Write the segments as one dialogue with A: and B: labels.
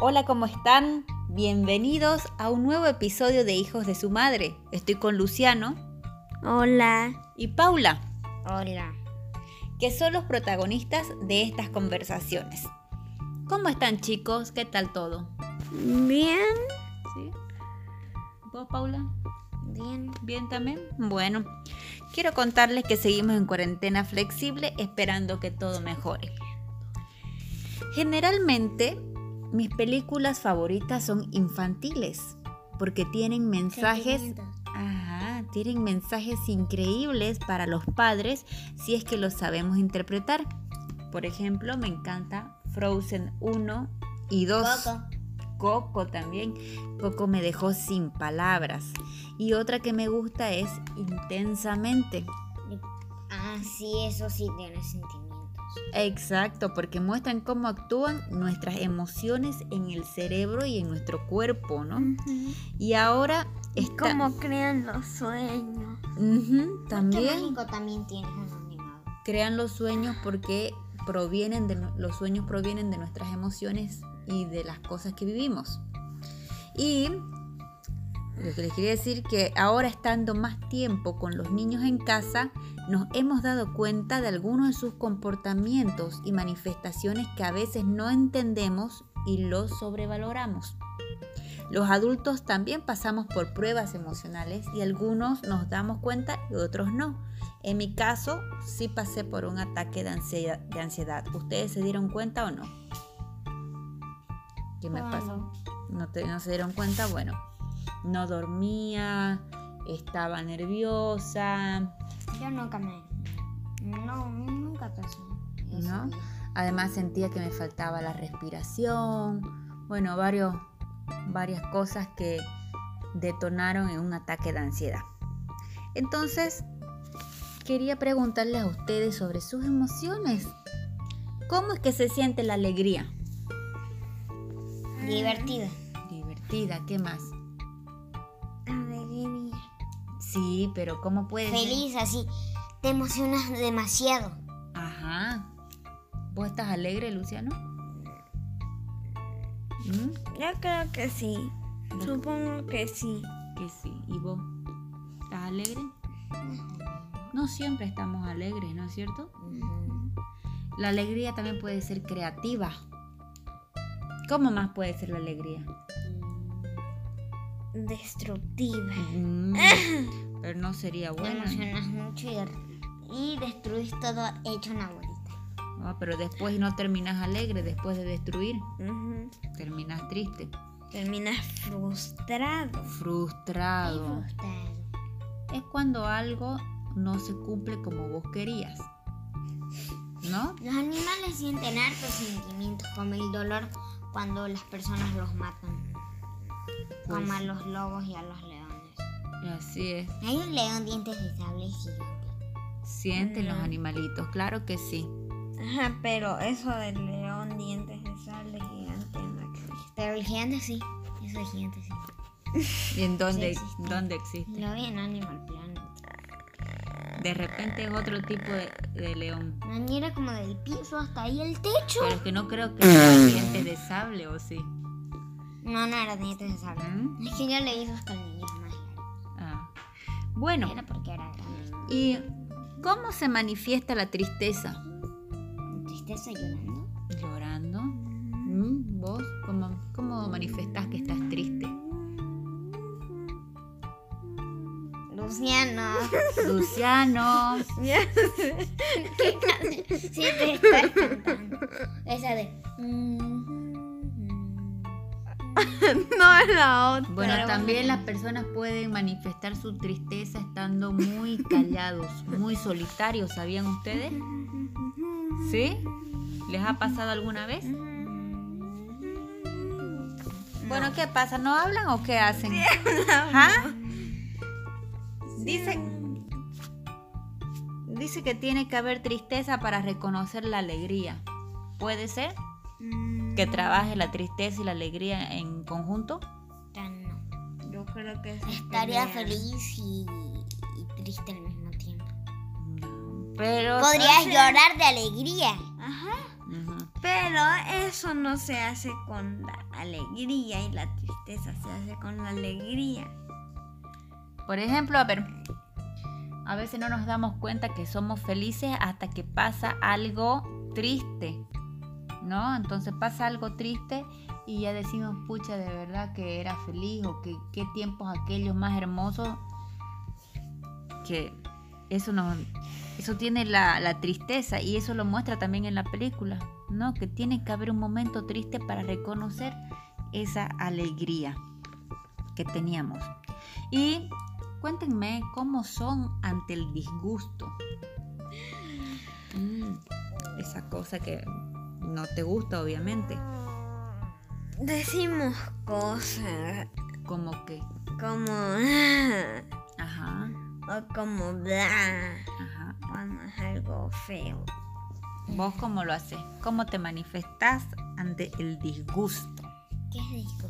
A: Hola, ¿cómo están? Bienvenidos a un nuevo episodio de Hijos de su Madre. Estoy con Luciano
B: Hola.
A: y Paula,
B: Hola.
A: que son los protagonistas de estas conversaciones. ¿Cómo están chicos? ¿Qué tal todo?
B: Bien.
A: ¿Sí? ¿Vos, Paula?
B: Bien.
A: ¿Bien también? Bueno, quiero contarles que seguimos en cuarentena flexible esperando que todo mejore. Generalmente, mis películas favoritas son infantiles porque tienen mensajes Ajá, tienen mensajes increíbles para los padres si es que los sabemos interpretar. Por ejemplo, me encanta Frozen 1 y 2. Coco también. Coco me dejó sin palabras. Y otra que me gusta es Intensamente.
B: Ah, sí, eso sí tiene sentimientos.
A: Exacto, porque muestran cómo actúan nuestras emociones en el cerebro y en nuestro cuerpo,
C: Mm.
A: ¿no? Y ahora está...
B: crean los sueños.
A: Ujú, también.
B: también tiene un animado.
A: crean los sueños porque provienen de nu- los sueños provienen de nuestras emociones y de las cosas que vivimos. Y lo que les quería decir que ahora estando más tiempo con los niños en casa, nos hemos dado cuenta de algunos de sus comportamientos y manifestaciones que a veces no entendemos y los sobrevaloramos. Los adultos también pasamos por pruebas emocionales y algunos nos damos cuenta y otros no. En mi caso, sí pasé por un ataque de ansiedad. de ansiedad. ¿Ustedes se dieron cuenta o no? ¿Qué me pasó? ¿No, te- ¿No se dieron cuenta? Bueno, no dormía, estaba nerviosa.
B: Yo nunca me. No, nunca pasó.
A: ¿No? Además sentía que me faltaba la respiración. Bueno, varios, varias cosas que detonaron en un ataque de ansiedad. Entonces, quería preguntarles a ustedes sobre sus emociones. ¿Cómo es que se siente la alegría?
B: Divertida.
A: Divertida, ¿qué más?
B: Alegría.
A: Sí, pero ¿cómo puede ser?
B: Feliz, así. Te emocionas demasiado.
A: Ajá. ¿Vos estás alegre, Luciano? ¿Mm?
C: Yo creo que sí. Supongo que sí.
A: Que sí. ¿Y vos? ¿Estás alegre? No siempre estamos alegres, ¿no es cierto? La alegría también puede ser creativa. ¿Cómo más puede ser la alegría?
C: Destructiva.
A: Mm, pero no sería
B: Te
A: bueno.
B: emocionas mucho y, y destruís todo hecho una bolita.
A: Ah, pero después no terminas alegre, después de destruir,
C: Ujú.
A: terminas triste,
C: Terminas frustrado.
A: frustrado.
B: Frustrado.
A: Es cuando algo no se cumple como vos querías. ¿No?
B: Los animales sienten hartos sentimientos, como el dolor cuando las personas los matan, como a
A: Pues,
B: los lobos y a los leones.
A: así es.
B: Hay un león dientes de sable gigante.
A: Sienten los
C: Mm.
A: animalitos, claro que sí.
C: Ajá, pero eso del león, dientes de sable gigante en la cabeza.
B: Pero el gigante sí, eso es gigante sí.
A: ¿Y en dónde,
B: Sí existe.
A: dónde existe?
B: Lo vi en Animal Planet.
A: De repente es otro tipo de, de león.
B: Nani era como del piso hasta ahí el techo.
A: Pero es que no creo que sea dientes de sable, ¿o sí?
B: No, no era dientes de sable.
A: ¿Mm?
B: Es que yo le vi sus colmillos más largos.
A: Ah. Bueno,
B: Era porque era grande.
A: ¿y cómo se manifiesta la tristeza?
B: Con Tristeza y llorando.
A: ¿Llorando? ¿Mm? ¿Vos cómo, cómo manifestás que estás triste?
B: Luciano,
A: Luciano.
B: Sí, te estás cantando. Esa de. "Mm,
C: no es la otra.
A: Bueno, también las personas pueden manifestar su tristeza estando muy callados, muy solitarios, ¿sabían ustedes? ¿Sí? ¿Les ha pasado alguna vez? Bueno, ¿qué pasa? ¿No hablan o qué hacen? ¿Ah? Dice, dice que tiene que haber tristeza para reconocer la alegría. ¿Puede ser que trabaje la tristeza y la alegría en conjunto?
B: Ya no.
C: Yo creo que sí.
B: Estaría
C: pelea.
B: feliz y, y triste al mismo tiempo.
A: No. Pero...
B: Pues Podrías llorar de alegría.
C: Ajá.
A: Ujú.
C: Pero eso no se hace con la alegría y la tristeza, se hace con la alegría.
A: Por ejemplo, a ver, a veces no nos damos cuenta que somos felices hasta que pasa algo triste, ¿no? Entonces pasa algo triste y ya decimos, pucha, de verdad que era feliz o que qué tiempos aquellos más hermosos, que eso nos, eso tiene la, la tristeza y eso lo muestra también en la película, ¿no? Que tiene que haber un momento triste para reconocer esa alegría que teníamos. Y cuéntenme cómo son ante el disgusto. Mm, esa cosa que no te gusta, obviamente.
C: Decimos cosas
A: Como que.
C: como "Ah",
A: Ajá,
C: o como bla
A: ajá.
C: cuando es algo feo.
A: ¿Vos cómo lo haces? ¿Cómo te manifestás ante el disgusto?
B: ¿Qué es disco?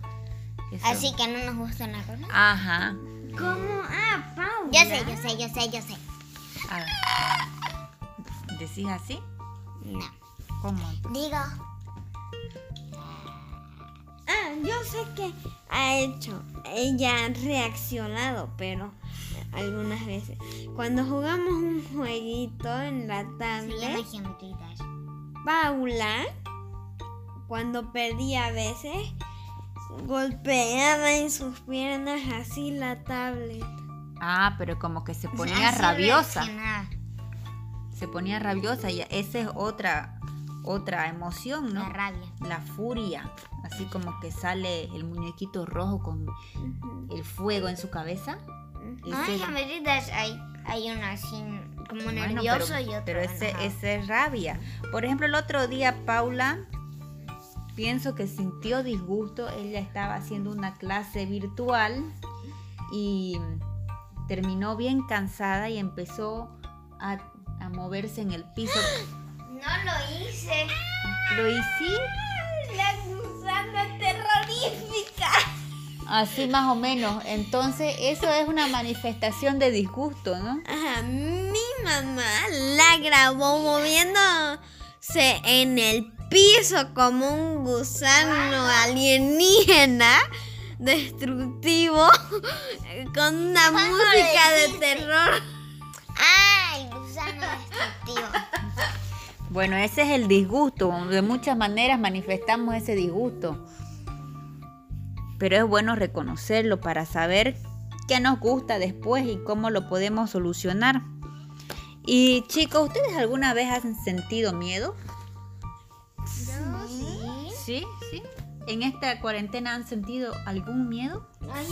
A: Eso.
B: Así que no nos gustan las cosas.
A: Ajá.
C: ¿Cómo? Ah, Paula.
B: Yo sé, yo sé, yo sé, yo sé.
A: A ver. ¿Decís así?
B: No.
A: ¿Cómo?
B: Digo,
C: Ah, yo sé que ha hecho, ella ha reaccionado, pero algunas veces. Cuando jugamos un jueguito en la
B: se llama
C: tablet,
B: Geometry Dash.
C: Paula, cuando perdía a veces, golpeaba en sus piernas así la tablet.
A: Ah, pero como que se ponía
B: Así
A: rabiosa.
B: reaccionaba.
A: Se ponía rabiosa y esa es otra, otra emoción, ¿no?
B: La rabia.
A: la furia, así como que sale el muñequito rojo con el fuego en su cabeza.
B: Ah,
A: Ese-
B: Geometry Dash hay, hay uno así como
A: Bueno,
B: nervioso
A: pero,
B: y otro
A: pero ese,
B: enojado.
A: ese es rabia. Por ejemplo, el otro día Paula, pienso que sintió disgusto, ella estaba haciendo una clase virtual y terminó bien cansada y empezó a, a moverse en el piso.
B: No lo hice.
A: Lo hice
B: La gusana terrorífica.
A: así más o menos. Entonces, eso es una manifestación de disgusto, ¿no?
C: Ajá, mi mamá la grabó moviéndose en el piso como un gusano alienígena destructivo con una
B: ¿Cuándo lo
C: música de
B: hiciste?
C: terror.
B: Ah, el gusano destructivo.
A: Bueno, ese es el disgusto. De muchas maneras manifestamos ese disgusto. Pero es bueno reconocerlo para saber qué nos gusta después y cómo lo podemos solucionar. Y chicos, ¿ustedes alguna vez han sentido miedo?
B: Sí.
A: Sí, sí. ¿En esta cuarentena han sentido algún miedo?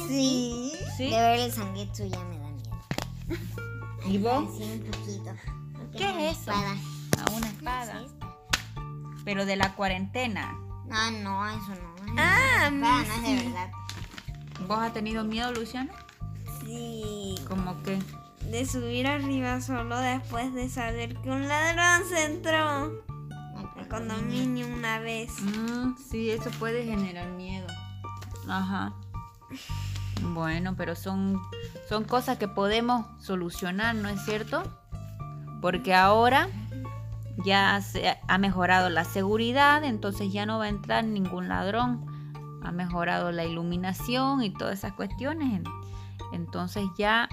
C: Sí.
A: Sí.
B: De ver el sanguetsu ya me da miedo.
A: ¿Y vos?
B: Así un poquito. Porque
A: ¿Qué
B: una
A: es eso?
B: espada.
A: A una espada. Pero de la cuarentena.
B: No, no, eso no. es
C: Ah,
B: una espada, no es de verdad.
A: ¿Vos has tenido miedo, Luciana?
C: sí.
A: Como que...
C: De subir arriba solo después de saber que un ladrón se entró al condominio una vez.
A: Mm, sí, eso puede generar miedo. Ajá. Bueno, pero son, son cosas que podemos solucionar, ¿no es cierto? Porque ahora ya se ha mejorado la seguridad, entonces ya no va a entrar ningún ladrón. Ha mejorado la iluminación y todas esas cuestiones. Entonces ya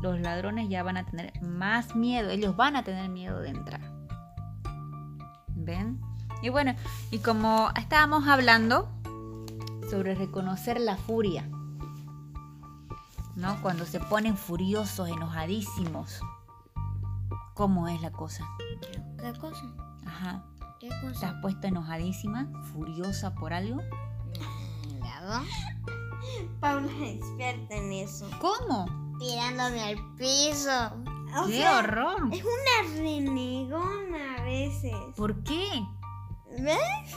A: los ladrones ya van a tener más miedo. Ellos van a tener miedo de entrar. ¿Ven? Y bueno, y como estábamos hablando sobre reconocer la furia, ¿no? Cuando se ponen furiosos, enojadísimos, ¿cómo es la cosa?
B: ¿Qué cosa?
A: Ajá.
B: ¿Qué
A: ¿Te
B: cosa?
A: has puesto enojadísima, furiosa por algo?
B: Nada.
C: Paula es experta en eso.
A: ¿Cómo?
B: Tirándome al piso.
C: O
A: ¡Qué
C: sea,
A: horror!
C: es una renegona a veces.
A: ¿Por qué?
C: ¿Ves?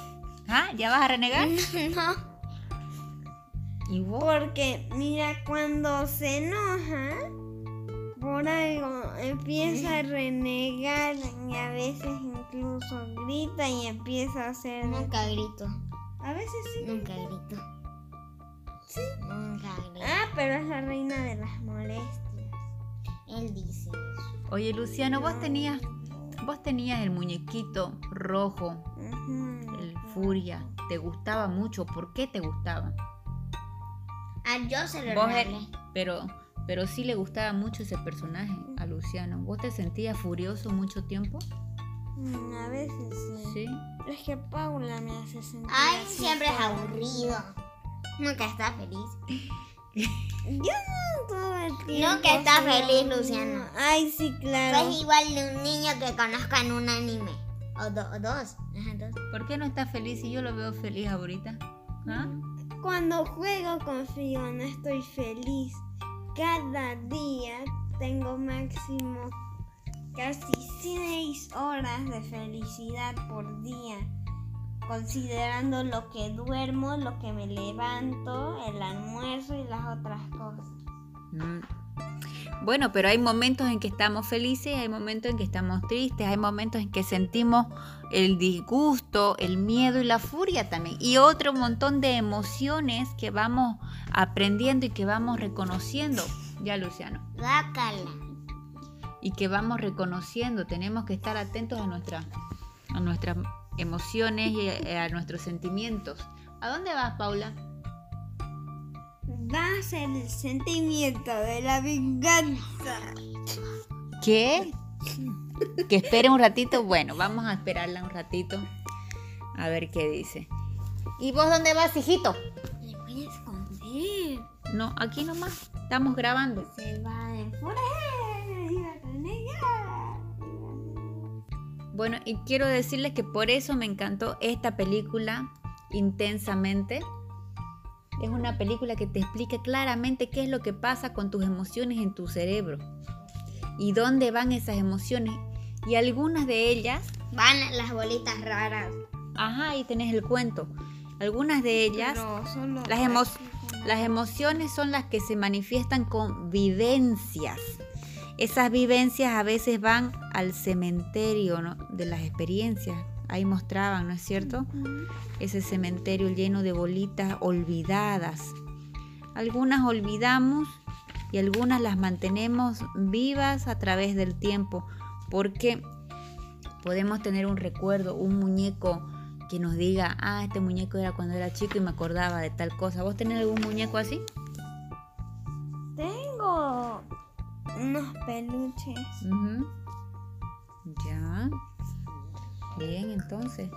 A: ¿Ah? ¿Ya vas a renegar?
B: No.
A: ¿Y vos?
C: Porque mira, cuando se enoja por algo, empieza a renegar y a veces incluso grita y empieza a hacer...
B: Nunca grito.
C: A veces sí.
B: Nunca grito. Sí. Nunca grito.
C: Ah, pero es la reina de las molestias.
B: Él dice eso.
A: Oye, Luciano, vos tenías Vos tenías el muñequito rojo,
C: Ujú.
A: el furia, te gustaba mucho, ¿por qué te gustaba?
B: A Ah, yo se lo
A: Vos
B: regalé.
A: er- pero, pero sí le gustaba mucho ese personaje a Luciano. ¿Vos te sentías furioso mucho tiempo?
C: Mm, A veces sí.
A: Sí.
C: Es que Paula me hace sentir.
B: Ay,
C: así
B: siempre es
C: todo.
B: aburrido. Nunca está feliz.
C: Yo no todo el tiempo.
B: Nunca estás
C: soy
B: feliz, Pues
C: aburrida.
B: Luciano.
C: Ay, sí, claro.
B: Soy igual de un niño que conozco en un anime. O, do- o dos. Ajá, dos.
A: ¿Por qué no estás feliz si yo lo veo feliz ahorita? ¿Ah?
C: Cuando juego con Fiona estoy feliz. Cada día tengo máximo casi 6 horas de felicidad por día. Considerando lo que duermo, lo que me levanto, el almuerzo y las otras cosas.
A: Mm. Bueno, pero hay momentos en que estamos felices, hay momentos en que estamos tristes, hay momentos en que sentimos el disgusto, el miedo y la furia también. Y otro montón de emociones que vamos aprendiendo y que vamos reconociendo. Ya, Luciano.
B: Bácala.
A: y que vamos reconociendo. Tenemos que estar atentos a, nuestra, a nuestras emociones y a, a nuestros sentimientos. ¿A dónde vas, Paula?
C: Vas el sentimiento de la venganza.
A: ¿Qué? Que espere un ratito. Bueno, vamos a esperarla un ratito. A ver qué dice. ¿Y vos dónde vas, hijito?
C: Le voy a esconder.
A: No, aquí nomás. Estamos grabando.
C: Se va a enfurecer y va a renegar.
A: Bueno, y quiero decirles que por eso me encantó esta película intensamente. Es una película que te explica claramente qué es lo que pasa con tus emociones en tu cerebro y dónde van esas emociones. Y algunas de ellas,
B: Van las bolitas raras.
A: ajá, ahí tenés el cuento. Algunas de ellas,
C: Pero solo
A: las, emo- las emociones son las que se manifiestan con vivencias. Esas vivencias a veces van al cementerio ¿no? de las experiencias. Ahí mostraban, ¿no es cierto? Ese cementerio lleno de bolitas olvidadas. Algunas olvidamos y algunas las mantenemos vivas a través del tiempo. Porque podemos tener un recuerdo, un muñeco que nos diga, ah, este muñeco era cuando era chico y me acordaba de tal cosa. ¿Vos tenés algún muñeco así?
C: Tengo unos peluches.
A: Ujú. Ya. Bien, entonces.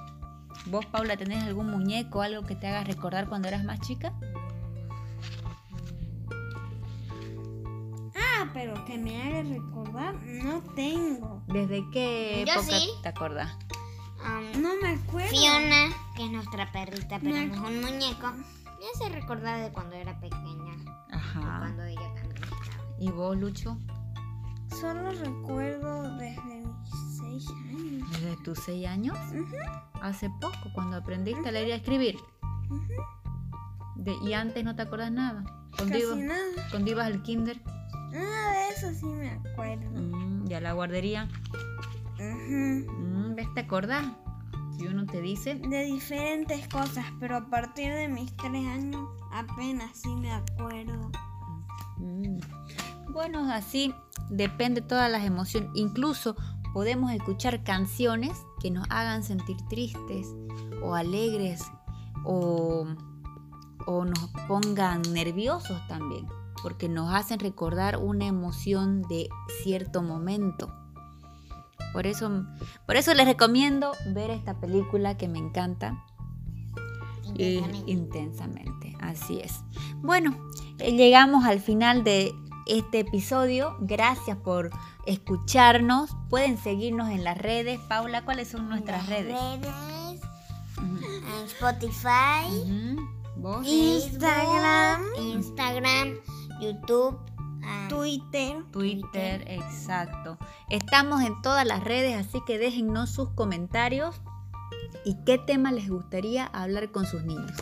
A: ¿Vos, Paula, tenés algún muñeco, algo que te haga recordar cuando eras más chica?
C: Ah, pero que me haga recordar, no tengo.
A: ¿Desde qué
B: Yo
A: época
B: sí.
A: te acordás?
B: Um,
C: No me acuerdo.
B: Fiona, que es nuestra perrita, pero
C: Me-
B: no es un muñeco, me hace recordar de cuando era pequeña.
A: Ajá.
B: Cuando ella también estaba.
A: ¿Y vos, Lucho?
C: Solo recuerdo desde mis seis años.
A: ¿Desde tus seis años?
C: Ujú.
A: Hace poco, cuando aprendiste a leer y a escribir. De- ¿Y antes no te acordás nada? Cuando,
C: Casi
A: ibas-
C: nada.
A: cuando ibas al kinder
C: Nada de eso sí me acuerdo.
A: mm, y a la guardería.
C: Ujú.
A: Mm, ¿Ves? ¿Te acordás? Si uno te dice,
C: De diferentes cosas, pero a partir de mis tres años apenas sí me acuerdo.
A: Mm. Bueno, así depende todas las emociones. Incluso podemos escuchar canciones que nos hagan sentir tristes o alegres o, o nos pongan nerviosos también, porque nos hacen recordar una emoción de cierto momento. Por eso, por eso les recomiendo ver esta película que me encanta, eh,
B: Intensamente.
A: intensamente. Así es. Bueno, eh, llegamos al final de este episodio. Gracias por escucharnos. Pueden seguirnos en las redes. Paula, ¿cuáles son nuestras
B: Las
A: redes?
B: redes,
A: Ujú.
B: en Spotify,
A: Ujú. ¿Vos?
C: Instagram.
B: Facebook, Instagram, YouTube, ah,
C: Twitter.
A: Twitter, exacto. Estamos en todas las redes, así que déjennos sus comentarios y qué tema les gustaría hablar con sus niños.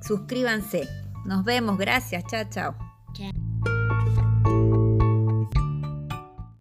A: Suscríbanse. Nos vemos. Gracias. Chao, chao.
B: Chao.